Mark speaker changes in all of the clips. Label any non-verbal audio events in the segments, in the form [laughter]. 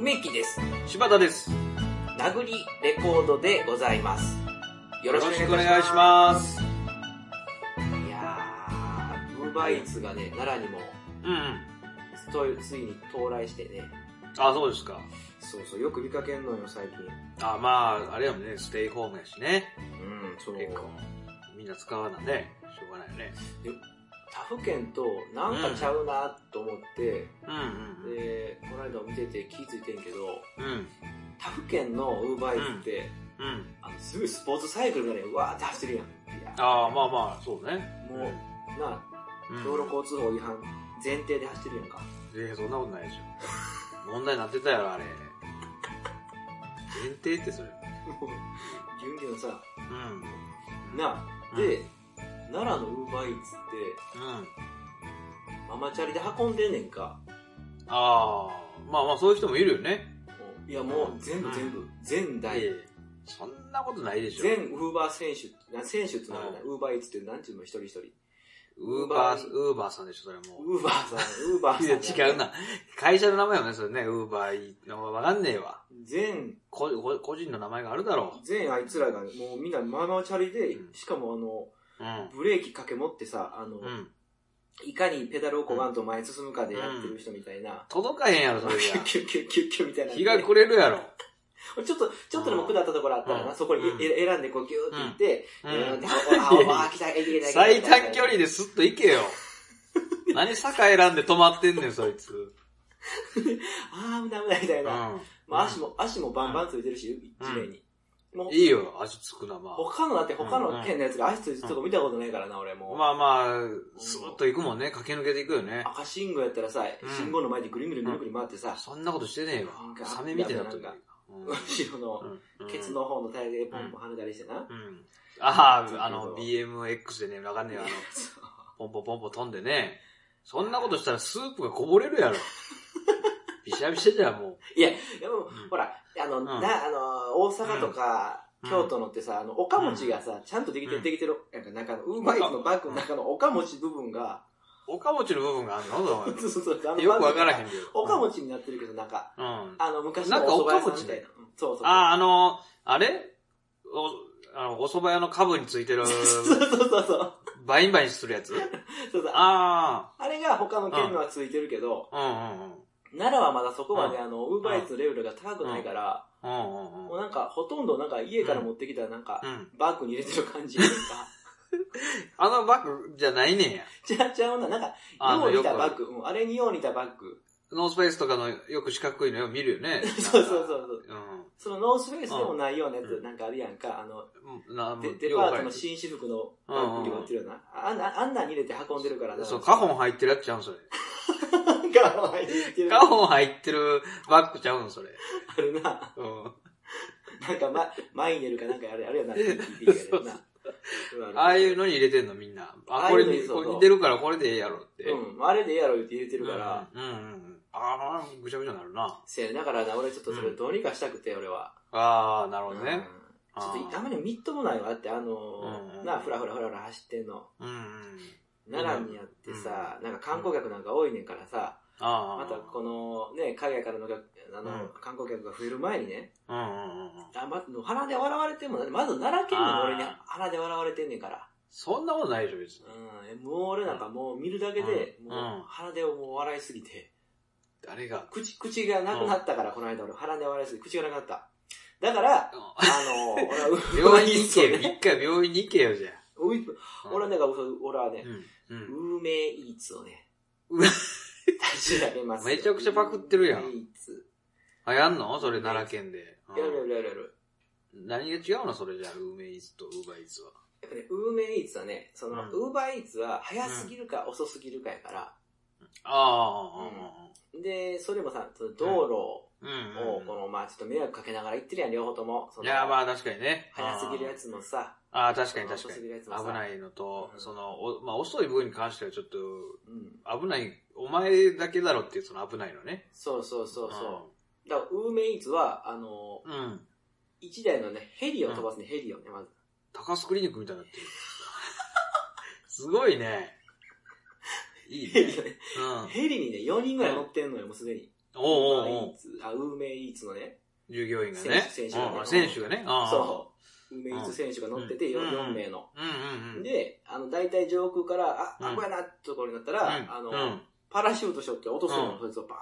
Speaker 1: 梅木です。
Speaker 2: 柴田です。
Speaker 1: 殴りレコードでございます。よろしくお願いします。
Speaker 2: ます。
Speaker 1: いやー、ウーバーイーツがね、奈良にも
Speaker 2: うんうん。
Speaker 1: とついに到来してね、
Speaker 2: あ、そうですか。
Speaker 1: そうそう、よく見かけんのよ、最近。
Speaker 2: あ、まあ、あれやもんね、ステイホームやしね。
Speaker 1: うん、そう。
Speaker 2: 結構、みんな使わなね、しょうがないよね。
Speaker 1: 他府県となんかちゃうなと思って、
Speaker 2: うん
Speaker 1: で、この間も見てて気づいてんけど、
Speaker 2: うん。うん。
Speaker 1: 他府県のウーバーイーツって、
Speaker 2: うん。
Speaker 1: あのすごいスポーツサイクルがね、うわーって走ってるやん。いや
Speaker 2: ああ、まあまあ、そうね。
Speaker 1: もう、な、
Speaker 2: うん
Speaker 1: 道路交通法違反前提で走ってるやんか。
Speaker 2: えーそんなことないでしょ。問題になってたやろ、あれ。限定ってそれ。
Speaker 1: もう、ギュンギュンさ、
Speaker 2: うん。
Speaker 1: な、で、奈良のウーバーイーツっ
Speaker 2: うん。うん。
Speaker 1: て、ママチャリで運んでんねんか。
Speaker 2: ああ、まあまあ、そういう人もいるよね。
Speaker 1: いやもう全部
Speaker 2: うん
Speaker 1: 全部、全
Speaker 2: いえい
Speaker 1: 代、
Speaker 2: えそんなことないでしょ。
Speaker 1: 全ウーバー選手、な選手ってならない、
Speaker 2: う
Speaker 1: ウーバーイーツってなんていうの一人一人。
Speaker 2: ウーバー、ウーバーさんでしょ、それもう。
Speaker 1: ウーバーさ
Speaker 2: [laughs]
Speaker 1: ん、ウーバ
Speaker 2: いや、
Speaker 1: ーさん。
Speaker 2: 違う。な。会社の名前よね、それね。ウーバーイーわかんねえわ。
Speaker 1: 全、
Speaker 2: ここ個人の名前があるだろ
Speaker 1: 全あいつらが、もうみんなママチャリで
Speaker 2: う、ん
Speaker 1: しかもあの、
Speaker 2: う。うん。
Speaker 1: ブレーキかけ持ってさ、あの、
Speaker 2: うん。
Speaker 1: いかにペダルをこがんと前へ進むかでやってる人みたいな、
Speaker 2: 届かへんやろ、それじ
Speaker 1: キュッ [laughs] キュッキュッキュッキュッみたい
Speaker 2: ゃ。
Speaker 1: な。
Speaker 2: 日が暮れるやろ。
Speaker 1: ちょっと、ちょっとでも下ったところあったらな、
Speaker 2: うん
Speaker 1: そこにえ選んでこうギューって行って、
Speaker 2: う
Speaker 1: 選ん
Speaker 2: ん
Speaker 1: で、。あ、あ、あ、来た、いけいけいけ
Speaker 2: 最短距離でスッと行けよ。何坂選んで止まってんねん、そいつ。
Speaker 1: あー、危ない危ないみたいうな。
Speaker 2: ん。
Speaker 1: まあ足も、足もバンバンついてるし、
Speaker 2: うん
Speaker 1: 地面に。もう、
Speaker 2: いいよ、足つくな、まあ。
Speaker 1: 他のだって他の県のやつが足ついてるとこ見たことないからな、俺も。
Speaker 2: まあまあ、スーッと行くもんね。駆け抜けていくよね。
Speaker 1: 赤信号やったらさ、
Speaker 2: うん
Speaker 1: 信号の前でぐりぐりぐりぐり回ってさ、
Speaker 2: そんなことしてねえわ
Speaker 1: なんか。
Speaker 2: サメみたいになっとる
Speaker 1: なん。
Speaker 2: うん
Speaker 1: 後ろの、
Speaker 2: うん
Speaker 1: ケツの方のタイヤでポンポン跳ねたりしてな。
Speaker 2: うん。ああ、あの、BMX でね、わかんねえわあの、
Speaker 1: そう
Speaker 2: ポンポンポンポン飛んでね。そんなことしたらスープがこぼれる
Speaker 1: [laughs]
Speaker 2: やろ。びしゃびしゃじゃんも
Speaker 1: でも、
Speaker 2: ん
Speaker 1: ほら、あの、
Speaker 2: ん
Speaker 1: な、あの、大阪とか、
Speaker 2: うん
Speaker 1: 京都のってさ、あの、おかもちがさ、ちゃんとできて
Speaker 2: う
Speaker 1: る、
Speaker 2: ん
Speaker 1: できてる、なんか、中の、ウーバーイーツのバッグの中のおかもち部分が、
Speaker 2: う。おかもちの部分があるのど
Speaker 1: [laughs]
Speaker 2: う
Speaker 1: そうそうそ
Speaker 2: も
Speaker 1: うあの
Speaker 2: よくわからへ
Speaker 1: ん。
Speaker 2: んけど。
Speaker 1: おかもちになってるけど、なんか、
Speaker 2: うん。あ
Speaker 1: あの、昔
Speaker 2: なんか
Speaker 1: のお蕎麦屋さ
Speaker 2: おかもち
Speaker 1: んみたいな。うんそうそう。
Speaker 2: あ、あの、あれお、あの、お蕎麦屋の株について
Speaker 1: [laughs]
Speaker 2: る、
Speaker 1: そうそうそうそう。
Speaker 2: バインバインするやつ
Speaker 1: そうそうあ
Speaker 2: あ
Speaker 1: あれが他の県のはついてるけど、
Speaker 2: あ、うんうんうん。
Speaker 1: 奈良はまだそこまであの、ウーバーイーツのレベルが高くないから、
Speaker 2: うんうん
Speaker 1: も
Speaker 2: う。
Speaker 1: うんなんか、ほとんどなんか家から持ってきたなんか
Speaker 2: う、ん。
Speaker 1: バッグに入れてる感じ
Speaker 2: [laughs]
Speaker 1: とか。
Speaker 2: あのバッグじゃないねんや。
Speaker 1: ちゃうちゃうな、なんか、
Speaker 2: あ
Speaker 1: よ
Speaker 2: の、
Speaker 1: う似
Speaker 2: よく
Speaker 1: た、バッグ。うん、あれによう似たバッグ。
Speaker 2: ノースペースとかのよく四角いのよ見るよ
Speaker 1: [laughs]
Speaker 2: ね。
Speaker 1: そうそうそうそう。
Speaker 2: なんか。
Speaker 1: そのノースフェイスでもないようなや
Speaker 2: う
Speaker 1: つ
Speaker 2: ん
Speaker 1: なんかあるやんか、あの、
Speaker 2: うん。なもう
Speaker 1: デデ
Speaker 2: よく
Speaker 1: パ
Speaker 2: わか
Speaker 1: ート
Speaker 2: らへ
Speaker 1: の
Speaker 2: ん
Speaker 1: 紳士服のバッグに売ってるような。あんな、あんなんに入れて運んでるからな。
Speaker 2: そう、カホン入ってるやつちゃうん、それ。
Speaker 1: ン。カホン入ってる。
Speaker 2: カホン入ってるバッグちゃうん、それ。
Speaker 1: あるな。
Speaker 2: うん。
Speaker 1: なんか、ま、マイネルかなんかあれ、あれや
Speaker 2: [laughs]
Speaker 1: な。ピッピッピッやるな。うん
Speaker 2: ああいうのに入れてんの、みんな。
Speaker 1: あ
Speaker 2: あ、
Speaker 1: あい
Speaker 2: こ
Speaker 1: う
Speaker 2: れ
Speaker 1: のいい
Speaker 2: に、
Speaker 1: ぞ
Speaker 2: これ似てるからこれでええやろって。
Speaker 1: うん。あれでええやろ言って入れてるから。
Speaker 2: うんうんうん。ああ、ぐちゃぐちゃになるな。
Speaker 1: せや、だからな、俺ちょっとそれどうにかしたくて、俺は。
Speaker 2: ああ、なるほど
Speaker 1: うん
Speaker 2: ね。
Speaker 1: ちょっと、あ
Speaker 2: あ
Speaker 1: まりみっともないわ。だって、あの
Speaker 2: うんう
Speaker 1: ー、
Speaker 2: ん
Speaker 1: な、ふらふらふらふら走ってんの。
Speaker 2: ーうんうん。
Speaker 1: 奈良にあってさ、なんか観光客なんか多いねんからさ、
Speaker 2: ああ。
Speaker 1: またこのね、海外からのがあの、
Speaker 2: うん
Speaker 1: 観光客が増える前にね、
Speaker 2: うんうんうんうん。
Speaker 1: あま、鼻で笑われても、まず奈良県民の俺に
Speaker 2: あ
Speaker 1: 鼻で笑われてんねんから。
Speaker 2: そんなことないでしょ、別に。
Speaker 1: うん、もう俺なんかもう見るだけで、
Speaker 2: うん
Speaker 1: も
Speaker 2: うん
Speaker 1: う鼻でもう笑いすぎて、[laughs]
Speaker 2: 誰が。
Speaker 1: 口、口がなくなったから、この間俺鼻で笑いすぎて、口がなくなった。だから、あの、俺
Speaker 2: [laughs]
Speaker 1: は、
Speaker 2: 病院に行けよ、
Speaker 1: 俺は
Speaker 2: 一回病院に行けよ、じゃあ。
Speaker 1: 俺はなんか、俺はね
Speaker 2: う、ん。うん。
Speaker 1: ウーメイーツをね、
Speaker 2: う
Speaker 1: 調べますよ。
Speaker 2: めちゃくちゃパクってるやん
Speaker 1: ウーメイーツ。
Speaker 2: あ、やんのそれ奈良県で。うん
Speaker 1: やるやるやるやる。
Speaker 2: 何が違うのそれじゃあ、ウーメイツとウーバーイーツは。
Speaker 1: やっぱね、ウーメイーツはね、その、
Speaker 2: うん
Speaker 1: ウーバーイーツは早すぎるか遅すぎるかやから、
Speaker 2: あ
Speaker 1: で、それもさ、その道
Speaker 2: あ、うん
Speaker 1: 路
Speaker 2: うん
Speaker 1: を、
Speaker 2: うん
Speaker 1: この、まあちょっと迷惑かけながら行ってるやん、両方とも。そ
Speaker 2: い
Speaker 1: の
Speaker 2: や、まあ確かにね。
Speaker 1: 早すぎるやつもさ、
Speaker 2: ああ、確かに確
Speaker 1: そ
Speaker 2: か
Speaker 1: の遅す
Speaker 2: に。
Speaker 1: ぎるやつもさ、
Speaker 2: 危ないのと、
Speaker 1: うん
Speaker 2: その、おまあ遅い部分に関してはちょっと、
Speaker 1: うん。
Speaker 2: 危ない、お前だけだろっていうその危ないのね。
Speaker 1: そうそうそうそう。だから、ウーメイーツは、あの、
Speaker 2: うん。うん。
Speaker 1: 一台のね、ヘリを飛ばすね、ヘリをね、まず。
Speaker 2: 高須クリニックみたいになってる。 [laughs] すごいね。いい
Speaker 1: ヘリ
Speaker 2: ね。
Speaker 1: をね
Speaker 2: う
Speaker 1: [laughs]
Speaker 2: ん。
Speaker 1: ヘリにね、4人ぐらい乗ってんのよ、もうすでに。
Speaker 2: おう
Speaker 1: ウーマ
Speaker 2: お
Speaker 1: ン
Speaker 2: うお
Speaker 1: イーツあ、ウーメンイーツのね、
Speaker 2: う従業員がね。
Speaker 1: 選手選手がね
Speaker 2: うん選手がね。ああ
Speaker 1: そう、ウーメンイーツ選手が乗ってて、
Speaker 2: うん
Speaker 1: 4, 4名の。
Speaker 2: うんうんうん。
Speaker 1: で、あの、大体上空から、あ、
Speaker 2: う
Speaker 1: あ、
Speaker 2: ん
Speaker 1: これやなってところになった
Speaker 2: うん、
Speaker 1: ら、あの、
Speaker 2: うん。
Speaker 1: パラシュートしようって落とす
Speaker 2: う
Speaker 1: の
Speaker 2: ん
Speaker 1: そいつをバ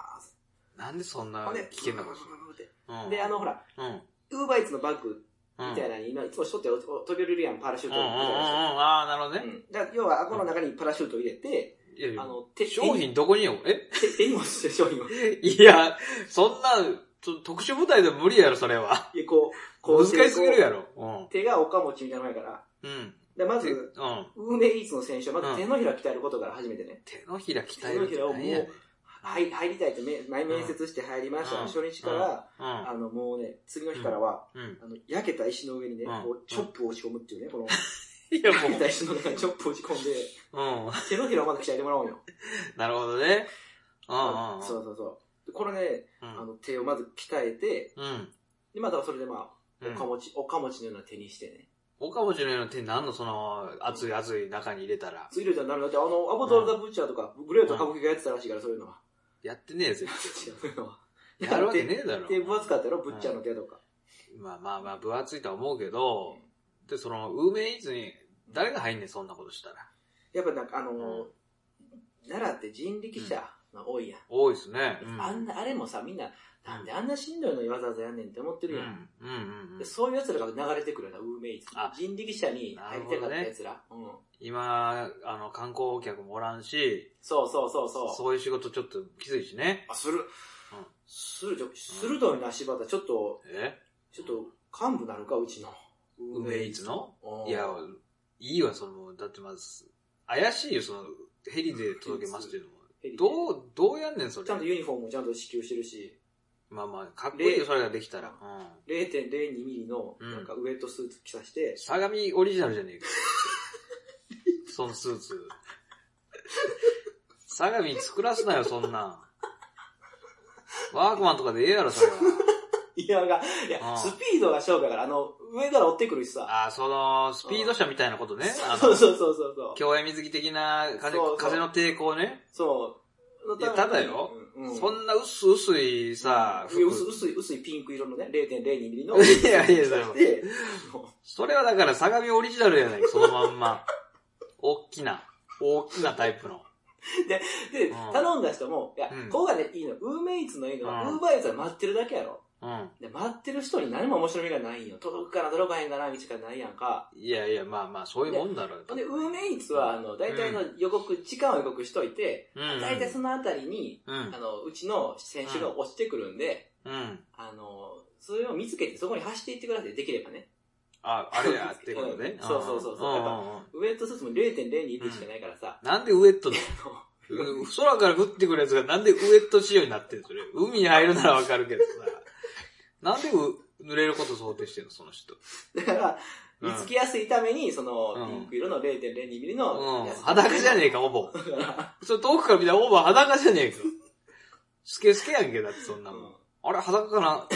Speaker 2: なんでそん
Speaker 1: ーン
Speaker 2: な
Speaker 1: ほんで、
Speaker 2: 危険なこ
Speaker 1: ブ
Speaker 2: と
Speaker 1: ブ
Speaker 2: す
Speaker 1: ブブブって
Speaker 2: るの
Speaker 1: で、あの、、ほら、
Speaker 2: うん。うん。
Speaker 1: ウーバーイーツのバッグ
Speaker 2: うん
Speaker 1: みたいなのに、今いつもしとってお飛び降りるやん、パラシュ
Speaker 2: う
Speaker 1: ー
Speaker 2: ん
Speaker 1: ト
Speaker 2: うんう
Speaker 1: みた
Speaker 2: んう
Speaker 1: い
Speaker 2: ん
Speaker 1: なや
Speaker 2: ああ、なるほど
Speaker 1: つ
Speaker 2: ね。
Speaker 1: うんだから要は、この中にパラシュートを入れて、
Speaker 2: いやいや
Speaker 1: あの、手、
Speaker 2: 商品どこに置くえ
Speaker 1: 手手に持って商品を。い
Speaker 2: [laughs] いや、そんな、ちょ特殊部隊でも無理やろ、それは。
Speaker 1: やこう、こう
Speaker 2: 難
Speaker 1: して、
Speaker 2: しすぎるや
Speaker 1: ろ。
Speaker 2: ろ。うん
Speaker 1: 手がおかもちみたいなのやから。。
Speaker 2: うん。
Speaker 1: でま
Speaker 2: 手う
Speaker 1: ず、
Speaker 2: ん。
Speaker 1: ウーメイーツの選手はま
Speaker 2: うん
Speaker 1: ず手のひら鍛えることから始めてね。
Speaker 2: 手のひら鍛えるって
Speaker 1: 手のひらを
Speaker 2: なんやねん。
Speaker 1: もはい、入りたいってめ内面接して入りました。
Speaker 2: うん
Speaker 1: 初日から、
Speaker 2: うん
Speaker 1: あの、もうね、次の日からは、
Speaker 2: うん。
Speaker 1: あの、焼けた石の上にね、
Speaker 2: うん
Speaker 1: こう、チョップを仕込むっていうね、
Speaker 2: [laughs]
Speaker 1: この、
Speaker 2: いや、
Speaker 1: 焼
Speaker 2: も
Speaker 1: けた石の中にチョップを仕込ん
Speaker 2: [laughs]
Speaker 1: で、
Speaker 2: う。うん。
Speaker 1: 手のひらをまず鍛えてもらおうよ。
Speaker 2: なるほどね。うんうんうん。
Speaker 1: そうそうそう。でこれね、
Speaker 2: う
Speaker 1: あ
Speaker 2: ん。
Speaker 1: の、手をまず鍛えて、
Speaker 2: うん。
Speaker 1: で、まあ、だからそれでまあ、
Speaker 2: う
Speaker 1: お
Speaker 2: ん
Speaker 1: かもち、おかもちのような手にしてね。
Speaker 2: 岡本のような手なんのその、熱い熱い中に入れたら。
Speaker 1: ツイルじゃなるのだって、あの、アボトル・ザ・ブッチャーとか、グレート歌舞伎がやってたらしいから、そういうのは。
Speaker 2: やってねえぜ。
Speaker 1: そういうのは。
Speaker 2: やるわけねえだろ。
Speaker 1: 手分厚か [laughs] ったやろ、ブッチャーの手とか。
Speaker 2: まあまあまあ、分厚いとは思うけど、で、その、運営イーツに、誰が入んねん、そんなことしたら。
Speaker 1: やっぱなんか、あの
Speaker 2: う
Speaker 1: ー、奈良って人力車が多いやん。
Speaker 2: 多いですね。うん。
Speaker 1: あんな、あれもさ、みんな、なんであんなしんどいのわざわざやんねんって思って
Speaker 2: うん
Speaker 1: る
Speaker 2: う
Speaker 1: やん。
Speaker 2: んうんう
Speaker 1: で
Speaker 2: ん。
Speaker 1: そういう奴らが流れてくるよな、ウーメイズ
Speaker 2: あ。
Speaker 1: 人力車に入りたかった奴ら。うん。
Speaker 2: 今、あの、観光客もおらんし、
Speaker 1: そうそうそうそう。
Speaker 2: そういう仕事ちょっときついしね。
Speaker 1: あ、する。
Speaker 2: うん
Speaker 1: する、鋭いな、柴田。ちょっと、
Speaker 2: え
Speaker 1: ちょっと、幹部なるか、うちの。
Speaker 2: 運営イーツの
Speaker 1: うん
Speaker 2: いや、いいわ、その、だってまず、怪しいよ、その、ヘリで届けますっていうのも。
Speaker 1: ヘリで
Speaker 2: どう、どうやんねん、それ
Speaker 1: ちゃん。とユニフォームもちゃんと支給してるし、
Speaker 2: まあまあ、かっこいいよ、
Speaker 1: で
Speaker 2: それができたら。
Speaker 1: う
Speaker 2: うん。
Speaker 1: 0.02ミリの
Speaker 2: うん
Speaker 1: なんかウエットスーツ着させて、
Speaker 2: 相模オリジナルじゃねえか。そのスーツ。相模作らすなよ、そんなん。ワークマンとかでええやろ、それは。
Speaker 1: いや、がいや
Speaker 2: う、ん
Speaker 1: スピードが勝負やから、あの、上から追ってくるしさ。
Speaker 2: あー、その、スピード車みたいなことね。あ
Speaker 1: そう
Speaker 2: の、
Speaker 1: そうそうそうそう。
Speaker 2: 競泳水着的な風
Speaker 1: そうそう
Speaker 2: 風の抵抗ね。
Speaker 1: そう。
Speaker 2: いやただよ
Speaker 1: うん、うん
Speaker 2: そんな薄薄いさ、
Speaker 1: いや薄
Speaker 2: 服。
Speaker 1: 薄い、薄いピンク色のね、0.02ミリの。
Speaker 2: [laughs] いやいやそれは
Speaker 1: で
Speaker 2: それはだから相模オリジナルやないか、そのまんま。大きな、大きなタイプの。
Speaker 1: で、
Speaker 2: うん
Speaker 1: 頼んだ人も、いや、
Speaker 2: うん
Speaker 1: ここがね、いいの。ウーメイツのいいのは、
Speaker 2: うん
Speaker 1: ウーバーイーツは待ってるだけやろ。
Speaker 2: うん。
Speaker 1: で、待ってる人に何も面白みがないんよ。届くかな、届かへんかな、みたいなないやんか。
Speaker 2: いやいや、まあまあ、そういうもんだろう。
Speaker 1: ほんで、ウーメイツは、あの、大体の予告、時間を予告しといて、
Speaker 2: うん。
Speaker 1: 大体そのあたりに、
Speaker 2: うん
Speaker 1: あ。の、うちの選手が落ちてくるんで、
Speaker 2: うん。
Speaker 1: あの、それを見つけて、そこに走っていってください。できればね。
Speaker 2: あ、あれやってことね。
Speaker 1: [laughs] うんそうそうそうそうやっぱ
Speaker 2: んんん
Speaker 1: ウエットスーツも0.02でしかないからさ、
Speaker 2: なんでウエットだ
Speaker 1: [laughs] あの
Speaker 2: う空から降ってくるやつがなんでウエット仕様になってるそれ。海に入るならわかるけど
Speaker 1: [laughs]
Speaker 2: さ。なんでう濡れること想定してんのその人。
Speaker 1: だから、
Speaker 2: うん
Speaker 1: 見つけやすいために、そ
Speaker 2: うん
Speaker 1: の、ピンク色の0.02ミリの
Speaker 2: うん
Speaker 1: やつ、。
Speaker 2: 裸じゃねえか、
Speaker 1: [laughs]
Speaker 2: ほぼ。それ遠くから見たらほぼ裸じゃねえか。スケスケやんけ、だってそんな
Speaker 1: う
Speaker 2: もん。
Speaker 1: ん
Speaker 2: あれ、裸かなあ、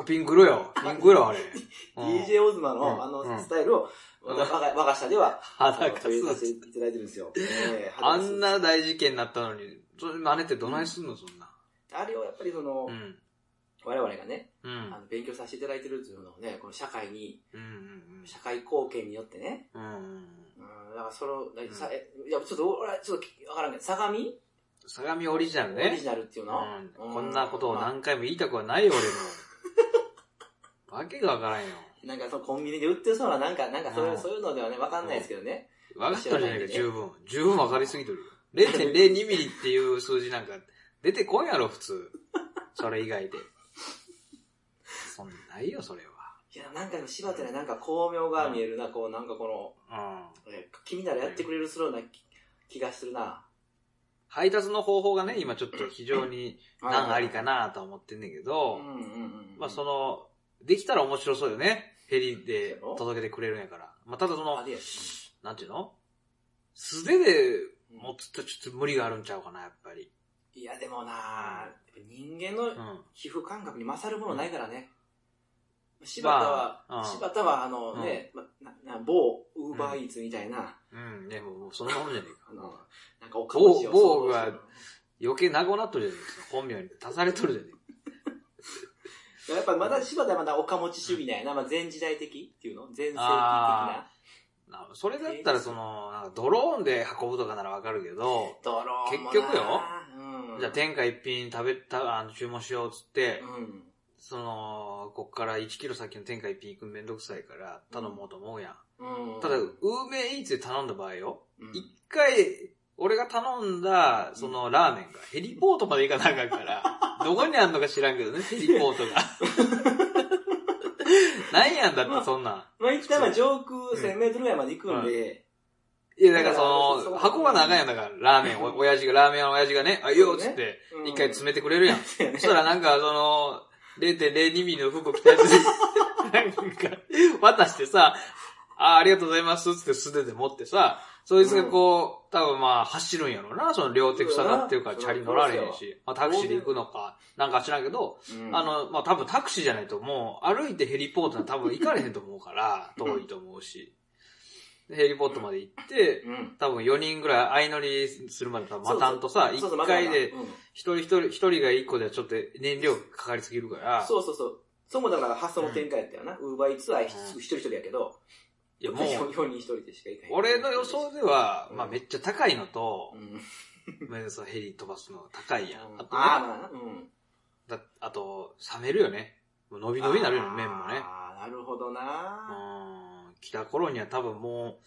Speaker 2: あピンク色よ。ピンク
Speaker 1: [laughs]
Speaker 2: 色あれ。うん
Speaker 1: DJ オズマ
Speaker 2: うん
Speaker 1: のあ
Speaker 2: うん
Speaker 1: のスタイルを、
Speaker 2: うん
Speaker 1: 我が我が社では、あの
Speaker 2: 裸ス
Speaker 1: 取り入れ
Speaker 2: ー
Speaker 1: さ
Speaker 2: ツ。
Speaker 1: せていただいてるんです
Speaker 2: [laughs]
Speaker 1: よ。えー
Speaker 2: あん、な大事件になったのに、それ真似てどないすんの、そんな。
Speaker 1: あれをやっぱりその、
Speaker 2: うん。
Speaker 1: 我々がね、
Speaker 2: う
Speaker 1: あ
Speaker 2: ん。
Speaker 1: の勉強させていただいてるっていうのをね、この社会に、
Speaker 2: うん
Speaker 1: 社会貢献によってね、
Speaker 2: うんうん。うん。
Speaker 1: うん、だからそれを、
Speaker 2: ん
Speaker 1: さえいや、ちょっと、俺はちょっとわからんけど、相模
Speaker 2: 相模オリジナル
Speaker 1: オリ
Speaker 2: ね
Speaker 1: ジ。ナルっていうのは、
Speaker 2: うん。こんなことを
Speaker 1: まあ
Speaker 2: 何回も言いたくはないよ、俺も。わけがわからんよ。
Speaker 1: なんかそのコンビニで売ってそうな、なんか、なんかそういううんそういうのではね、わかんないですけどね。
Speaker 2: わかったじゃないか、
Speaker 1: 知ら
Speaker 2: 十
Speaker 1: な
Speaker 2: 分。十分わかりすぎてるよ。0.02ミリっていう数字なんか出てこんやろ、普通。それ以外で。そんなないよ、それ
Speaker 1: いや、なんかでも柴田ね、なんか巧妙が見えるな、こう、なんかこ
Speaker 2: は。うん。
Speaker 1: の、え君ならやってくれるそうな気気がするな。
Speaker 2: 配達の方法がね、今ちょっと非常に何ありか
Speaker 1: な。
Speaker 2: なとは思ってんねんけ
Speaker 1: うん
Speaker 2: ど、
Speaker 1: うんうん。
Speaker 2: まあそ
Speaker 1: の、
Speaker 2: の、できたら面白そうよね。ヘリで届けてくれるんやから。まあただそ
Speaker 1: あ
Speaker 2: の、
Speaker 1: れや
Speaker 2: なんていうの素手で
Speaker 1: うん
Speaker 2: 持つとちょっと無理があるんちゃうかな、やっぱり。
Speaker 1: いや、でもなやっぱ人間の
Speaker 2: うん。
Speaker 1: 皮膚感覚に勝るものないからね。柴田
Speaker 2: ま
Speaker 1: は、
Speaker 2: あ、
Speaker 1: 柴田はあのね、まなな某ウーバーイーツみたいな、
Speaker 2: うん。うん、ね、もうもうそのままじゃねえか。
Speaker 1: あの、なんかおか
Speaker 2: 某
Speaker 1: もちを
Speaker 2: 某
Speaker 1: 想像す
Speaker 2: が
Speaker 1: る
Speaker 2: 余計なごなっとるじゃないですか。本名に足されとるじゃない
Speaker 1: やっぱまだ柴田はまだ岡持ち主義なんやな。まあ、前時代的っていうの前世紀的な。
Speaker 2: なそれだったら、その、なんかドローンで運ぶとかならわかるけど、
Speaker 1: ドローンもな
Speaker 2: 結局よ。
Speaker 1: うん。
Speaker 2: じゃあ天下一品食べた、あの、注文しようっつって、
Speaker 1: うん。
Speaker 2: その、こっから1キロ先の天下一品行くのめんどくさいから、頼もうと思うやん。
Speaker 1: うん。
Speaker 2: ただ、ウーメンイーツで頼んだ場合よ、
Speaker 1: うん、
Speaker 2: 一回、俺が頼んだ、その、ラーメンが、ヘリポートまで行かなあかん
Speaker 1: [laughs]
Speaker 2: から、どこにあんのか知らんけどね、ヘリポートが。
Speaker 1: [laughs]
Speaker 2: なんやんだって、そんなん。
Speaker 1: まあ、一旦は上空1000メートルぐらいまで行くんで、
Speaker 2: いや、だからそ
Speaker 1: だから
Speaker 2: の、
Speaker 1: そう
Speaker 2: 箱が長いやんだから、ラーメン、お親父が、ラーメン屋の親父がね、あ、いいよっつって、
Speaker 1: うん
Speaker 2: 一回詰めてくれるやん。そ
Speaker 1: そうやね
Speaker 2: したらなんか、その、0.02ミリの服を着たやつで、なんか、渡してさ、あ、ありがとうございますっつって素手で持ってさ、そいつがこう、多分まあ走るんやろな、その両手塞がってるからチャリ乗られへんし、まあタクシーで行くのか、なんか知らんけど、
Speaker 1: うん
Speaker 2: あ、の、まあ多分タクシーじゃないともう歩いてヘリポートは多分行かれへんと思うから、遠いと思うし。でヘリポートまで行って、
Speaker 1: うん。
Speaker 2: 多分4人ぐらい相乗りするまで多分待たんとさ、
Speaker 1: そうそう
Speaker 2: 1回で、
Speaker 1: うん
Speaker 2: 一人一人、一人が一個ではちょっと燃料かかりすぎるから、
Speaker 1: そうそうそう。そこもだから発想の展開やったよな。ウーバーイーツは一人一人やけど、
Speaker 2: いやもう、
Speaker 1: 4人一人でしか行かへん。
Speaker 2: 俺の予想では
Speaker 1: う、ん
Speaker 2: まあめっちゃ高いのと
Speaker 1: う、ん。
Speaker 2: まあそのヘリ飛ばすのが高いやん。あとね
Speaker 1: ああ、まあな、うん。
Speaker 2: だあと、冷めるよね。もう伸び伸びになるよね、麺もね。
Speaker 1: ああ、なるほど
Speaker 2: う
Speaker 1: な。
Speaker 2: ん。来た頃には多分も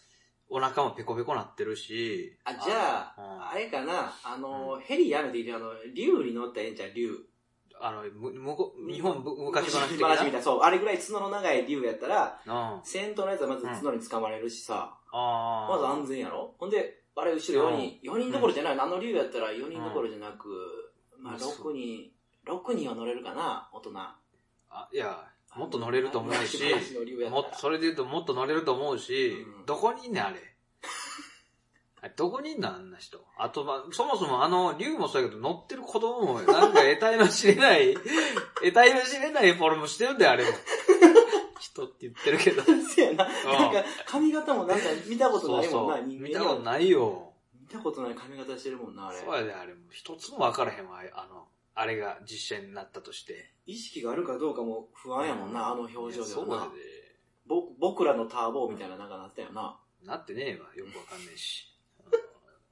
Speaker 2: う、お腹もペコペコなってるし。
Speaker 1: あ、じゃ
Speaker 2: うん
Speaker 1: あ、あれかな、あの、ヘリやめていいあの、竜に乗ったらええんちゃう竜。
Speaker 2: あの、む、むこ、日本ぶ昔話的
Speaker 1: 昔みた
Speaker 2: な。
Speaker 1: いな。そう、あれぐらい角の長い竜やったら、
Speaker 2: うん。
Speaker 1: 先頭のやつはまず角に掴まれるしさ、
Speaker 2: あ
Speaker 1: まず安全やろほんで、あれ後ろ4人、四人どころじゃない、あの竜やったら4人どころじゃなく、まあ
Speaker 2: そう
Speaker 1: 6人、6人は乗れるかな、大人。
Speaker 2: あいや、もっと乗れると思うし、
Speaker 1: 昔の竜やった
Speaker 2: も
Speaker 1: ら
Speaker 2: っと、それで言うともっと乗れると思うし
Speaker 1: うん、
Speaker 2: どこにいんねん、
Speaker 1: [laughs]
Speaker 2: あれ。あれどこにいんのあんな人。あと、まあ、そもそもあの、竜もそうやけど、乗ってる子供も、なんか得体の知
Speaker 1: [laughs]
Speaker 2: れない、得体の知れないフォルムしてるんだよ、あれも。人って言ってるけど。
Speaker 1: そうやな。なんか、髪型もなんか見たことないもんな、人間
Speaker 2: 見たこと
Speaker 1: い。
Speaker 2: ないよ。
Speaker 1: 見たことない髪型してるもんな、あれ。
Speaker 2: そうやで、あれも。一つも分からへんわ、あれあの、あれが実写になったとして。
Speaker 1: 意識があるかどうかも不安やもんな、あの表情
Speaker 2: いや
Speaker 1: で
Speaker 2: そう
Speaker 1: は
Speaker 2: や
Speaker 1: な。
Speaker 2: で。
Speaker 1: ぼ僕らのターボーみたいななんかなったよな。
Speaker 2: なってねえわ、よくわかんねえし。うん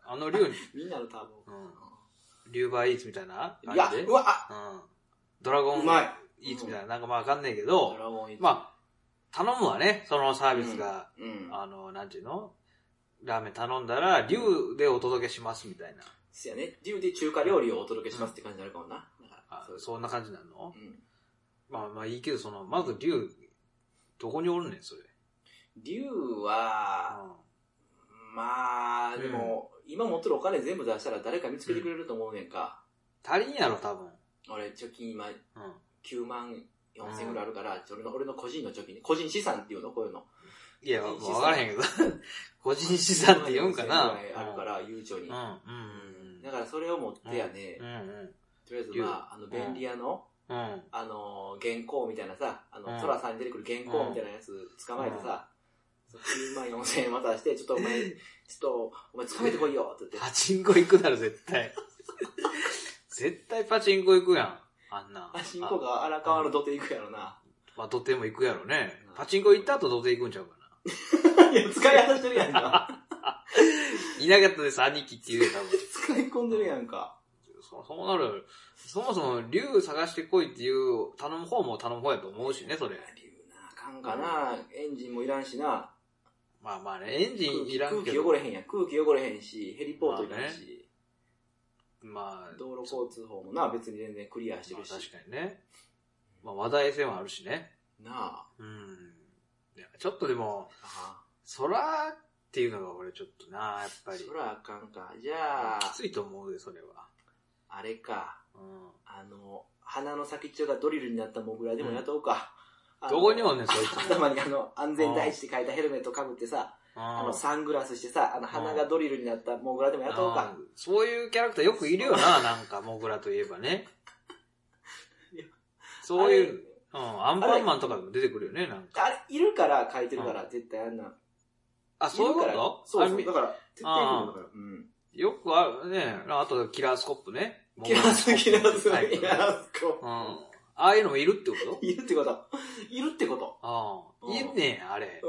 Speaker 2: あの竜に、
Speaker 1: みんなのターボ
Speaker 2: うん
Speaker 1: ー。
Speaker 2: リューバーイーツみたいな感
Speaker 1: いや
Speaker 2: じで、
Speaker 1: う。わ、あ
Speaker 2: うん。ドラゴン
Speaker 1: うまい
Speaker 2: イーツみたいな、なんかまあわかんないけ
Speaker 1: ド
Speaker 2: ど、
Speaker 1: ラゴンイーツ。
Speaker 2: まあ、頼むわね、そのサービスが、
Speaker 1: うん。
Speaker 2: あの、なんていうのラーメン頼んだら、竜でお届けしますみたいな。
Speaker 1: そうやね。理由で中華料理をお届けしますって感じになるかもな。だから
Speaker 2: あ、そんな感じなの
Speaker 1: うん。
Speaker 2: まあまあいいけど、その、まず竜、どこにおるねん、それ。
Speaker 1: 理由は、まあ、でも、今持ってるお金全部出したら誰か見つけてくれると思うねんか。
Speaker 2: 足りんやろ、多分。
Speaker 1: 俺、貯金今
Speaker 2: うん。
Speaker 1: 9万4千ぐらいあるから、俺の、俺の個人の貯金ね、個人資産っていうのこういうの。
Speaker 2: いや、
Speaker 1: 個人資産
Speaker 2: わからへんけど。 [laughs] 個人資産って言うんか
Speaker 1: 9
Speaker 2: な
Speaker 1: 万4千ぐらいあるから、悠長
Speaker 2: う
Speaker 1: に
Speaker 2: ん、う。ん、
Speaker 1: だからそれを持ってやね、
Speaker 2: うん。うん、
Speaker 1: とりあえずまあ、あの、便利屋の、
Speaker 2: うん。うん。
Speaker 1: あのー、原稿みたいなさ、あ
Speaker 2: うん
Speaker 1: の、空さんに出てくる原稿みたいなやつ捕まえてさ、9万4千円渡して、ちょっとお前、 [laughs] ちょっと、お前捕まえてこいよって言って、
Speaker 2: パチンコ行くなら絶
Speaker 1: [laughs]
Speaker 2: 対。絶対パチンコ行くやん。あんな。
Speaker 1: パチンコが荒川の土手行くやろ
Speaker 2: [laughs]
Speaker 1: な。
Speaker 2: あ。まあ、土手も行くやろね
Speaker 1: うん。
Speaker 2: パチンコ行った後土手行くんちゃうかな。
Speaker 1: いや、使い果たしてるやん
Speaker 2: [laughs]
Speaker 1: か。
Speaker 2: いなかったです、兄貴って言うよ多分。
Speaker 1: 使い込んでるやんか。
Speaker 2: そそうなる。そもそも竜探してこいっていう、頼む方も頼む方やと思うしね、それ。
Speaker 1: 理由な、あかんかな。エンジンもいらんしな。
Speaker 2: まあまあね、エンジンいらん
Speaker 1: 空
Speaker 2: け
Speaker 1: 気
Speaker 2: ど。
Speaker 1: 汚れへんやん。空気汚れへんし、ヘリポートいらんし。
Speaker 2: まあ、
Speaker 1: 道路交通法もな、別に全然クリアして
Speaker 2: ま
Speaker 1: る
Speaker 2: あ
Speaker 1: し。
Speaker 2: 確かにね。まあ話題性もあるしね。
Speaker 1: なあ。
Speaker 2: うん。いや、ちょっとでも、
Speaker 1: あ
Speaker 2: 空っていうのが俺ちょっとな、やっ
Speaker 1: あ
Speaker 2: ぱり。
Speaker 1: そらあかんか。じゃあ、
Speaker 2: きついと思うで、それは。
Speaker 1: あれか。
Speaker 2: うん。
Speaker 1: あの、鼻の先っちょがドリルになったモグラでも雇おうか。あの
Speaker 2: どこにもねん、そいつも。
Speaker 1: 頭にあの、安全第一って書いたヘルメットかぶってさ、あの、
Speaker 2: うん
Speaker 1: サングラスしてさ、あの、鼻がドリルになったモグラでも雇おうか。
Speaker 2: うんそういうキャラクターよくいる
Speaker 1: [laughs]
Speaker 2: よな、なんか、モグラといえばね
Speaker 1: いや。
Speaker 2: そういう、うん、アンパンマンとかでも出てくるよね、なんか。
Speaker 1: あれ、あれいるから書いてるから、絶対あんな。
Speaker 2: あ、そういう
Speaker 1: る
Speaker 2: こ
Speaker 1: から
Speaker 2: と
Speaker 1: そう
Speaker 2: あ
Speaker 1: そ
Speaker 2: み
Speaker 1: う。だから、絶対いるんだから。うん。
Speaker 2: よくあるね。あと、キラースコップね。
Speaker 1: キラース、キラース、
Speaker 2: はい
Speaker 1: キラースコ
Speaker 2: うん。ああいうのもいるってこと
Speaker 1: いるってこと。いるってこと。
Speaker 2: あ
Speaker 1: う
Speaker 2: あ。
Speaker 1: ん
Speaker 2: いんねや、あれ。
Speaker 1: う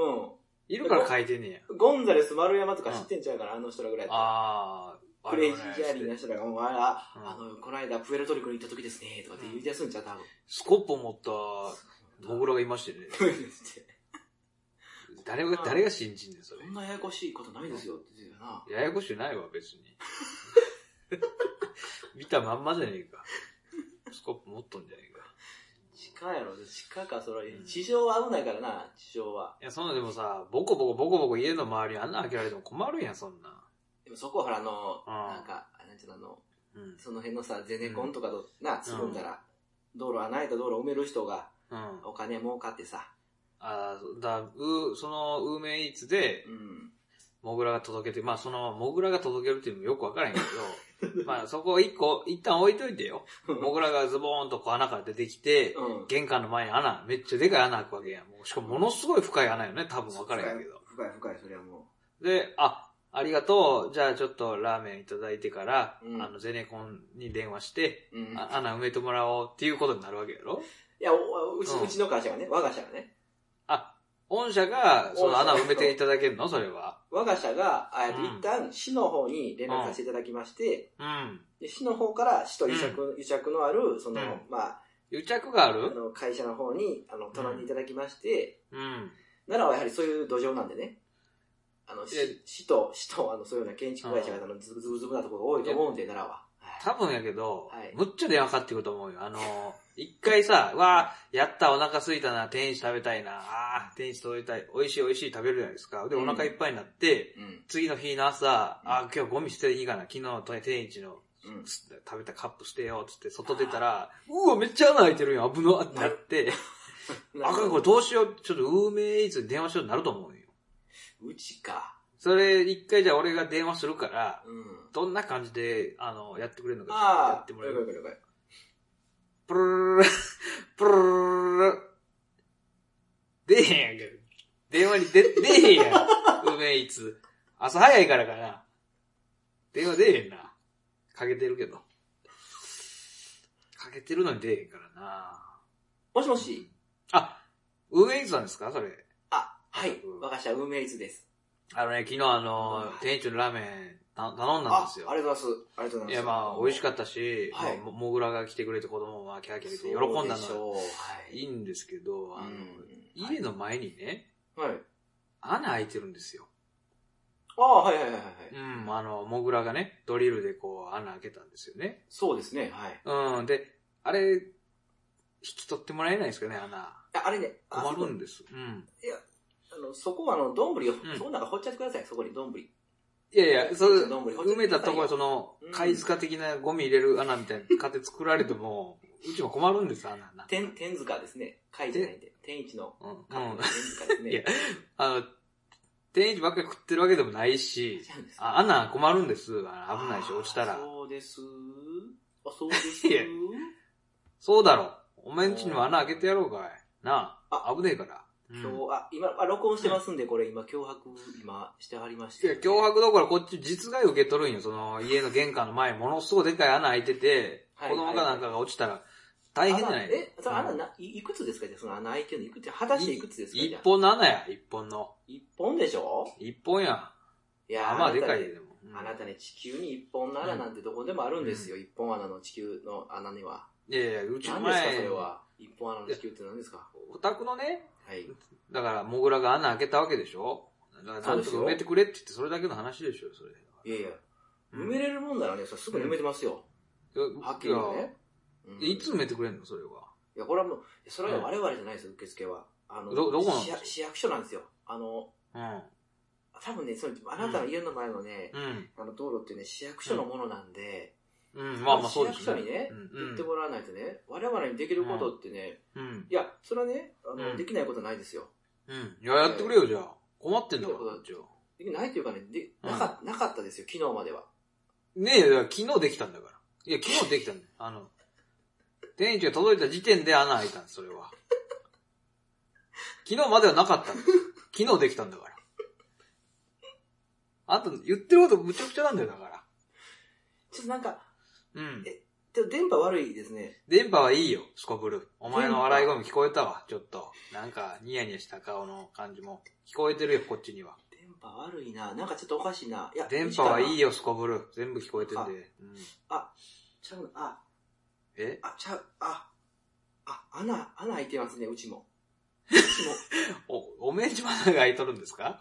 Speaker 2: いるから書いてんねや。
Speaker 1: ん。ゴンザレス、丸山とか知ってんちゃうから、あの人らぐらいだった
Speaker 2: ああ。
Speaker 1: ら。クレイジージャーニーの人らが、もうあれあ
Speaker 2: うん
Speaker 1: あの、この間、プエルトリコに行った時ですね、とかって言い出すんちゃう多分。
Speaker 2: スコップを持った、モグラがいましてね。誰が、誰が新人だよ、そ
Speaker 1: そんなややこしいことないですよって言ってたな。
Speaker 2: れ。ややこしくないわ、別に。 [laughs] 見たまんまじゃねえか。スコップ持っとんじゃねえか。
Speaker 1: 地下やろ、地下か、それ
Speaker 2: う、ん
Speaker 1: 地上は危ないからな、地上は。
Speaker 2: いや、そんなでもさ、ボコボコボコボコ家の周りにあんな開けられても困るやん、そんな。
Speaker 1: でもそこはほら、あの、
Speaker 2: うん
Speaker 1: なんか、なんちゅうの、あの、
Speaker 2: うん。
Speaker 1: その辺のさ、ゼネコンとかと、な、つるんだら、道路、穴開いた道路を埋める人が、
Speaker 2: うん。
Speaker 1: お金儲かってさ、
Speaker 2: あーだ、う、その、ウーメンイーツで
Speaker 1: う、ん。
Speaker 2: モグラが届けて、まあその、モグラが届けるっていうのもよくわからへんけど、 [laughs] まあそこ一個、一旦置いといてよ。モグラがズボーンとこう穴から出てきて、
Speaker 1: うん。
Speaker 2: 玄関の前に穴、めっちゃでかい穴開くわけやん。もうしかもものすごい深い穴よね、多分分からへんけど。
Speaker 1: 深い深い、それはも
Speaker 2: で、あ、ありがとう、じゃあちょっとラーメンいただいてから、
Speaker 1: うん
Speaker 2: あの、ゼネコンに電話して、
Speaker 1: う。うん。
Speaker 2: あ穴埋めてもらおうっていうことになるわけやろ
Speaker 1: いや、おうち、
Speaker 2: うん
Speaker 1: うちの会社がね、我が社がね、
Speaker 2: あ、御社が、その穴埋めていただけるのそれは。
Speaker 1: 我が社が、あえっと
Speaker 2: うん
Speaker 1: 一旦市の方に連絡させていただきまして、
Speaker 2: うん。
Speaker 1: で市の方から市と癒着、癒着のある、その
Speaker 2: うん、
Speaker 1: まあ、
Speaker 2: 癒着があ
Speaker 1: あ
Speaker 2: る
Speaker 1: の、会社の方に、あの、頼んでいただきまして、
Speaker 2: うん。
Speaker 1: 奈良はやはりそういう土壌なんでね、あの、
Speaker 2: え
Speaker 1: 市市と、市と、あの、そういうような建築会社が、あの、ズブズブズブなところが多いと思うんで、奈良は。はい
Speaker 2: 多分やけど、
Speaker 1: はい
Speaker 2: むっちゃ電話かかってくると思うよ。あのー、一回さ、わあ、やった、お腹空いたな、天一食べたいな、あー天一食べたい、美味しい美味しい食べるじゃないですか。で、
Speaker 1: うん
Speaker 2: お腹いっぱいになって、
Speaker 1: うん。
Speaker 2: 次の日の朝、
Speaker 1: うん
Speaker 2: あー今日ゴミ捨てる日かな、昨日天一の
Speaker 1: うん。
Speaker 2: つ食べたカップ捨てよう、つって、外出たら、うわ、めっちゃ穴開いてるやん、危なってなって、あかん、これどうしよう、ちょっと運営いつ電話しようになると思うよ。
Speaker 1: うちか。
Speaker 2: それ、一回じゃあ俺が電話するから、
Speaker 1: うん。
Speaker 2: どんな感じで、あの、やってくれるのか、や
Speaker 1: ああ、
Speaker 2: っても
Speaker 1: 了
Speaker 2: らえ
Speaker 1: 解
Speaker 2: る。
Speaker 1: 了解了解。
Speaker 2: プルルルル、プルルルルル、出えへんやんか。電話に出、出えへんやん。うめいつ。朝早いからかな。電話出えへんな。かけてるけど。かけてるのに出えへんからな。
Speaker 1: もしもし。
Speaker 2: あ、うめいつなんですかそれ。
Speaker 1: あ、はい
Speaker 2: うん。
Speaker 1: 我が社運営率です。
Speaker 2: あのね、昨日あの
Speaker 1: うん、
Speaker 2: 店長のラーメンた頼んだん
Speaker 1: あ
Speaker 2: です、よ
Speaker 1: あ。りがとうございます。ありがとうございます。
Speaker 2: いやまあ、美味しかったし、
Speaker 1: はい
Speaker 2: まあもモグラが来てくれて子供はキャーキャー言って喜んだの
Speaker 1: の
Speaker 2: はいいんですけど、あの、
Speaker 1: い
Speaker 2: 家の前にね、
Speaker 1: はい。
Speaker 2: 穴開いてるんですよ。
Speaker 1: ああ、はいはいはいはい。
Speaker 2: うん、あの、モグラがね、ドリルでこう穴開けたんですよね。
Speaker 1: そうですね、はい。
Speaker 2: うん、で、あれ、引き取ってもらえないですかね、穴。
Speaker 1: ああれね、あ
Speaker 2: 困るんです。うん。
Speaker 1: あのそこはあの、どんぶりを、
Speaker 2: ん
Speaker 1: そこなんか掘っちゃってください、そこにどんぶり。
Speaker 2: いやいや、それ、
Speaker 1: どんぶり掘っちゃ
Speaker 2: 埋
Speaker 1: って
Speaker 2: め
Speaker 1: くださ
Speaker 2: たと
Speaker 1: い
Speaker 2: こ
Speaker 1: よ
Speaker 2: はその
Speaker 1: うん、
Speaker 2: 貝塚的なゴミ入れる穴みたいな勝手作られても、うちも困るんです、穴な。
Speaker 1: 天、天塚ですね。貝じゃないんで。天一の
Speaker 2: うん、うん。
Speaker 1: 天塚ですね。
Speaker 2: [laughs] いやあの、天一ばっかり食ってるわけでもないし、
Speaker 1: 違うんですか
Speaker 2: あ、穴困るんです。あ危ないし、落ちた
Speaker 1: あ
Speaker 2: ら。
Speaker 1: そうです。あ、そうです
Speaker 2: [laughs] いや。そうだろ。お前んちにも穴開けてやろうかい。なあ、危ねえから。うん
Speaker 1: 今日、あ、今、あ、録音してますんで、これ今、脅迫、今、してはりまし
Speaker 2: い
Speaker 1: て、
Speaker 2: や、脅迫どころこっち実害受け取るんよ。その、家の玄関の前、ものすごいでかい穴開いてて、
Speaker 1: はい
Speaker 2: 子供かなんかが落ちたら大変じゃない
Speaker 1: 穴え、それ穴
Speaker 2: うん
Speaker 1: な、いいくつですかじゃあその穴開いてるのいくつ果たしていくつですかじ
Speaker 2: 一
Speaker 1: ゃあ
Speaker 2: 本の穴や、一本の。
Speaker 1: 一本でしょ
Speaker 2: 一本や。
Speaker 1: いや
Speaker 2: あ、まあでかい
Speaker 1: ね
Speaker 2: で、でも。うん
Speaker 1: あなたね、地球に一本の穴なんてどこでもあるんですよ。一本穴の地球の穴には。
Speaker 2: いやいや、うちの
Speaker 1: 何ですか、
Speaker 2: 前
Speaker 1: それ、は。一本穴の地球って何ですか
Speaker 2: お宅のね、
Speaker 1: はい。
Speaker 2: だから、モグラが穴開けたわけでしょだから、なんとか埋めてくれって言って、それだけの話でしょ、それ。
Speaker 1: いやいや、
Speaker 2: うん
Speaker 1: 埋めれるもんならね、それすぐに埋めてますよ。はっきり言うね。うん
Speaker 2: いやいつ埋めてくれんのそれは。
Speaker 1: いや、これはもう、いやそれは
Speaker 2: うん
Speaker 1: 我々じゃないですよ、受付は。あの、
Speaker 2: どどこなん
Speaker 1: 市
Speaker 2: ですか
Speaker 1: 市役所なんですよ。あの、
Speaker 2: うん。
Speaker 1: 多分ね、そのあなたの家の前のね、
Speaker 2: うん。
Speaker 1: あの道路ってね、市役所のものなんで、
Speaker 2: うん。まあまあそうで
Speaker 1: 市
Speaker 2: す
Speaker 1: 役所
Speaker 2: ね。
Speaker 1: にね
Speaker 2: う、ん
Speaker 1: 言ってもらわないとね、我々にできることってね、
Speaker 2: うん。
Speaker 1: いや、それはね、あの、
Speaker 2: うん
Speaker 1: できないことないですよ。
Speaker 2: うん。いや、やってくれよ、じゃあ。困ってんだから、こっちは。
Speaker 1: できないというかね、でなかなかったですよ、昨日までは。
Speaker 2: ねえ、だから昨日できたんだから。いや、昨日できたんだよ。あの、天一が届いた時点で穴開いたんです、それは。 [laughs] 昨日まではなかったんだよ昨日できたんだから。あんた、言ってることむちゃくちゃなんだよ、だから。
Speaker 1: ちょっとなんか、
Speaker 2: うん。
Speaker 1: ちょっと電波悪いですね。
Speaker 2: 電波はいいよ、スコブル。お前の笑い声も聞こえたわ、ちょっと。なんか、ニヤニヤした顔の感じも聞こえてるよ、こっちには。
Speaker 1: 電波悪いな。なんかちょっとおかしいな。いや、
Speaker 2: 電波はいい
Speaker 1: よ。
Speaker 2: よ、スコブル。全部聞こえてん
Speaker 1: あ
Speaker 2: で。うん、
Speaker 1: ちゃうな。あ、
Speaker 2: え
Speaker 1: あ、ちゃう。あ、あ、穴、穴開いてますね、うちも。うちも、
Speaker 2: お、おめえんちまだが開いとるんですか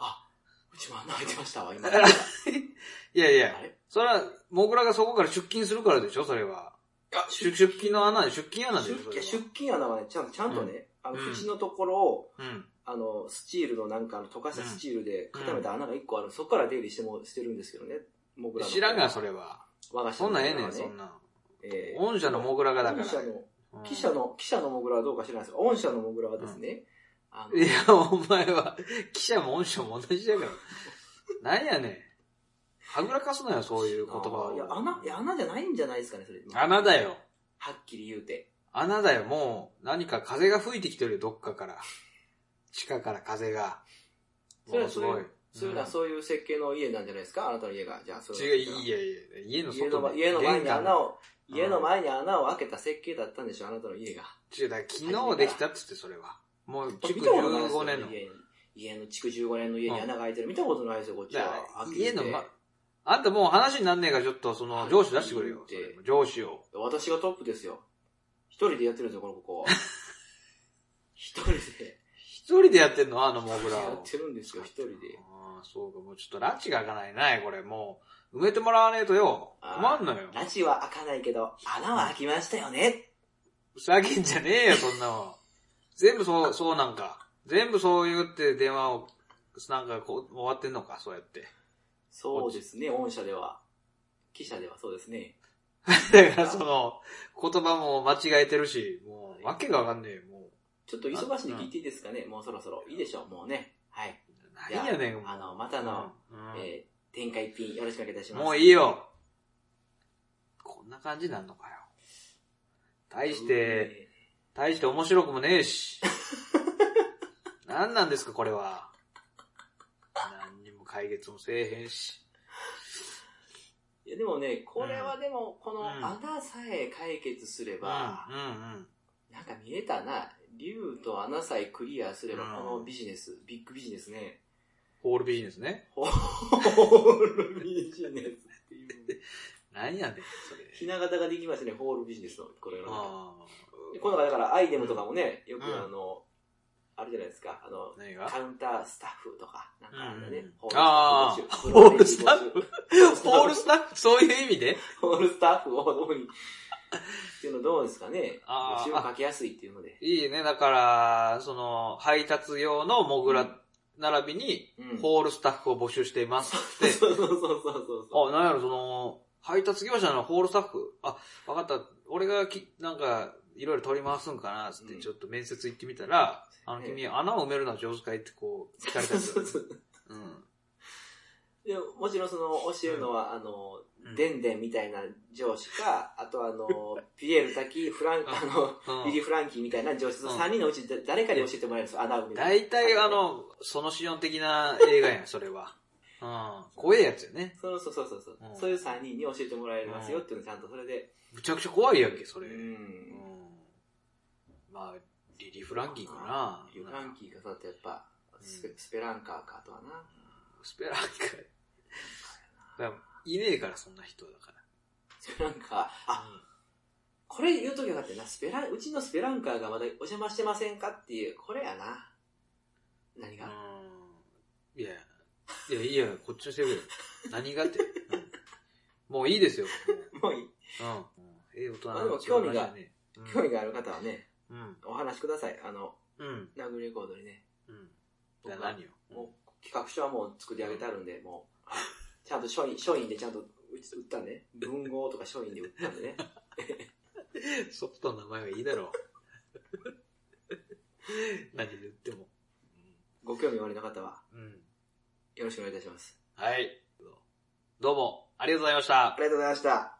Speaker 1: うちも穴開いてましたわ、
Speaker 2: [laughs]
Speaker 1: 今。あ
Speaker 2: あいやいや、
Speaker 1: れ
Speaker 2: それは、モグラがそこから出勤するからでしょ、それは。
Speaker 1: あ
Speaker 2: 出出勤の穴で、出勤穴でしょ
Speaker 1: 出、
Speaker 2: それ
Speaker 1: 勤
Speaker 2: は
Speaker 1: 出勤穴はね、ちゃんちゃんとね、あの、
Speaker 2: うん
Speaker 1: 縁のところを、
Speaker 2: うん。
Speaker 1: あの、スチールのなんか、あの溶かしたスチールで
Speaker 2: うん
Speaker 1: 固めた穴が一個ある、そこから出入りしても、してるんですけどね。モグラの
Speaker 2: 知らんが、それは。
Speaker 1: 我が社
Speaker 2: そ
Speaker 1: の
Speaker 2: んなんええね
Speaker 1: モ
Speaker 2: ん、
Speaker 1: グラ
Speaker 2: そ
Speaker 1: は
Speaker 2: んなん。
Speaker 1: えー
Speaker 2: 御社のモグラがだから
Speaker 1: 御。社の、
Speaker 2: うん
Speaker 1: 記者の、記者のモグラはどうか知らないですが、御社のモグラはですね、あの
Speaker 2: いや、お前は、記者も御社も同じだから。なんやねん。はぐらかすなよ、そういう言葉
Speaker 1: あ
Speaker 2: を。
Speaker 1: ーいや、穴、いや、穴じゃないんじゃないですかね、それ。
Speaker 2: 穴だよ。
Speaker 1: はっきり言うて。
Speaker 2: 穴だよ、もう、何か風が吹いてきてるよ、どっかから。地下から風が。
Speaker 1: それ
Speaker 2: も
Speaker 1: は
Speaker 2: うす
Speaker 1: そう
Speaker 2: ご
Speaker 1: い。、
Speaker 2: いう
Speaker 1: そういうのはそういう設計の家なんじゃないですかあなたの家が。じゃあ、それ
Speaker 2: 違う、いやいや、家の
Speaker 1: 家
Speaker 2: 外
Speaker 1: の家の前に穴を、
Speaker 2: うん
Speaker 1: 家の前に穴を開けた設計だったんでしょあなたの家が。
Speaker 2: 違う、だから昨日できたっつって、それは。もう、築
Speaker 1: 見たことないです
Speaker 2: 15
Speaker 1: よ
Speaker 2: 年の。
Speaker 1: 家に家の築15年の家に穴が開いてる。見たことないですよ、こっち
Speaker 2: じゃ
Speaker 1: は。
Speaker 2: あ
Speaker 1: はっきり言
Speaker 2: 家
Speaker 1: って
Speaker 2: のま、あんたもう話になんねえから、ちょっとそ
Speaker 1: は
Speaker 2: の、
Speaker 1: い
Speaker 2: 上司出してくれよ。そ
Speaker 1: 言うて
Speaker 2: れも上司を。
Speaker 1: 私がトップですよ。一人でやってるんですよ、このここは。
Speaker 2: [laughs]
Speaker 1: 一人で。
Speaker 2: 一人でやってんのあのモグラ
Speaker 1: や
Speaker 2: を
Speaker 1: っ。てるんですよ、一人で。
Speaker 2: ああ、そうか。もうちょっと拉致が開かないな、これ。もう、埋めてもらわねえとよ。困んのよ。
Speaker 1: ラジは開かないけど、穴は開きましたよね。
Speaker 2: ふざけんじゃねえよ、そんなの。全部そう、そうなんか。全部そう言って電話を、なんかこう、終わってんのか、そうやって。 [laughs]
Speaker 1: そうですね、御社では。記者ではそうですね。
Speaker 2: だからその、言葉も間違えてるし、もう、わけがわかんねえよ、も
Speaker 1: ちょっと忙しいんで聞いていいですかね、もうそろそろ。いいでしょう、もうね。はい。
Speaker 2: う。なんやねん、もう
Speaker 1: あの、またの、
Speaker 2: うん
Speaker 1: えー、展開ピンよろしくお願いいたします。
Speaker 2: もういいよ。こんな感じなんのかよ。対して、大して面白くもねえし。
Speaker 1: [laughs]
Speaker 2: 何なんですか、これは。何にも解決もせえへんし。
Speaker 1: うん。いやでもね、これはでも、この
Speaker 2: うん
Speaker 1: 穴さえ解決すれ
Speaker 2: うん、う
Speaker 1: ば、
Speaker 2: ん、
Speaker 1: なんか見えたな。竜と穴さえクリアすれば、
Speaker 2: うん
Speaker 1: このビジネス、ビッグビジネスね。 [laughs]
Speaker 2: ホールビジネスね。
Speaker 1: ホールビジネスっていう。
Speaker 2: 何やねん、そ
Speaker 1: ひ
Speaker 2: れ。
Speaker 1: な形ができましたね、ホールビジネスの、これは。
Speaker 2: あ
Speaker 1: で
Speaker 2: あ
Speaker 1: この中だから、アイテムとかもね、よく
Speaker 2: うん
Speaker 1: あの、あるじゃないですか、あの、
Speaker 2: 何
Speaker 1: カ
Speaker 2: が
Speaker 1: ウンタースタッフとか、なんかあるね
Speaker 2: うん、
Speaker 1: ホール
Speaker 2: あー
Speaker 1: スタッフ
Speaker 2: ホールスタッフホ
Speaker 1: ホ
Speaker 2: ー
Speaker 1: ー
Speaker 2: ル
Speaker 1: ル
Speaker 2: スタッフそういう意味で
Speaker 1: ホールスタッフをどこに、っていうのどうですかね。
Speaker 2: あー
Speaker 1: 募集をかけやすいっていうので。
Speaker 2: いいね。だから、その、配達用のモグラ並びに、
Speaker 1: うん
Speaker 2: ホールスタッフを募集していますって、
Speaker 1: そうそうそうそうそう。
Speaker 2: あ、なんやろ、その、配達業者のホールスタッフ、あ、わかった、俺がき、なんか、いろいろ取り回すんかな、つって、
Speaker 1: うん
Speaker 2: ちょっと面接行ってみたら、あの、
Speaker 1: ええ
Speaker 2: 君、穴を埋めるのは上手かいってこう、聞かれた
Speaker 1: そ
Speaker 2: や
Speaker 1: うそう
Speaker 2: つ。
Speaker 1: そう
Speaker 2: うん。
Speaker 1: でももちろんその、教えるのは、あの、
Speaker 2: うん
Speaker 1: デンデンみたいな上司か、あとあの、ピエール滝、フラン、あの、
Speaker 2: う
Speaker 1: ビリー・
Speaker 2: ん。
Speaker 1: フランキーみたいな上司、その
Speaker 2: うん
Speaker 1: 3人のうちだ誰かに教えてもらえるんですよ、穴埋め。
Speaker 2: 大体、あ、の、そのシオン的な映画
Speaker 1: [laughs]
Speaker 2: やん、それは。うん。怖えやつよね。
Speaker 1: そうそうそうそうそう
Speaker 2: うん。
Speaker 1: そういう3人に教えてもらえますよっていうのちゃんとそれで。
Speaker 2: むちゃくちゃ怖いやんけ、そうれ。うん。
Speaker 1: ん。
Speaker 2: まあ、リリー・フランキーかな。
Speaker 1: ビリー・フランキーがそうだとやっぱ、ス
Speaker 2: う
Speaker 1: ペスペランカーか、あとはな。
Speaker 2: スペランカー。だからいねえから、そんな人だか
Speaker 1: スペランカー、
Speaker 2: ら。
Speaker 1: あ、これ言うときよかったよな、スペラン、うちのスペランカーがまだお邪魔してませんかっていう、これやな。何が、
Speaker 2: うんいや、いや、いいや、こっちのせいだよ。
Speaker 1: [laughs]
Speaker 2: 何がって。うんもういいですよ。
Speaker 1: もういい
Speaker 2: うん。うんええ大人
Speaker 1: あでも興味が
Speaker 2: ね。
Speaker 1: 興味がある方はね、
Speaker 2: うん。
Speaker 1: お話しください。あの、
Speaker 2: うん。
Speaker 1: ラグレコードにね。
Speaker 2: うん。じゃあ何よ。
Speaker 1: もう企画書はもう作り上げてあるんで、もう、ちゃんと書院、書院でちゃんと打つ打ったんで、ね、文豪とか書院で打ったんでね。
Speaker 2: ソフトの名前はいいだろう。 [laughs] 何言っても。
Speaker 1: ご興味おありの方は、
Speaker 2: うん。
Speaker 1: よろしくお願いいたします。
Speaker 2: はい。どうも、ありがとうございました
Speaker 1: あ。りがとうございました。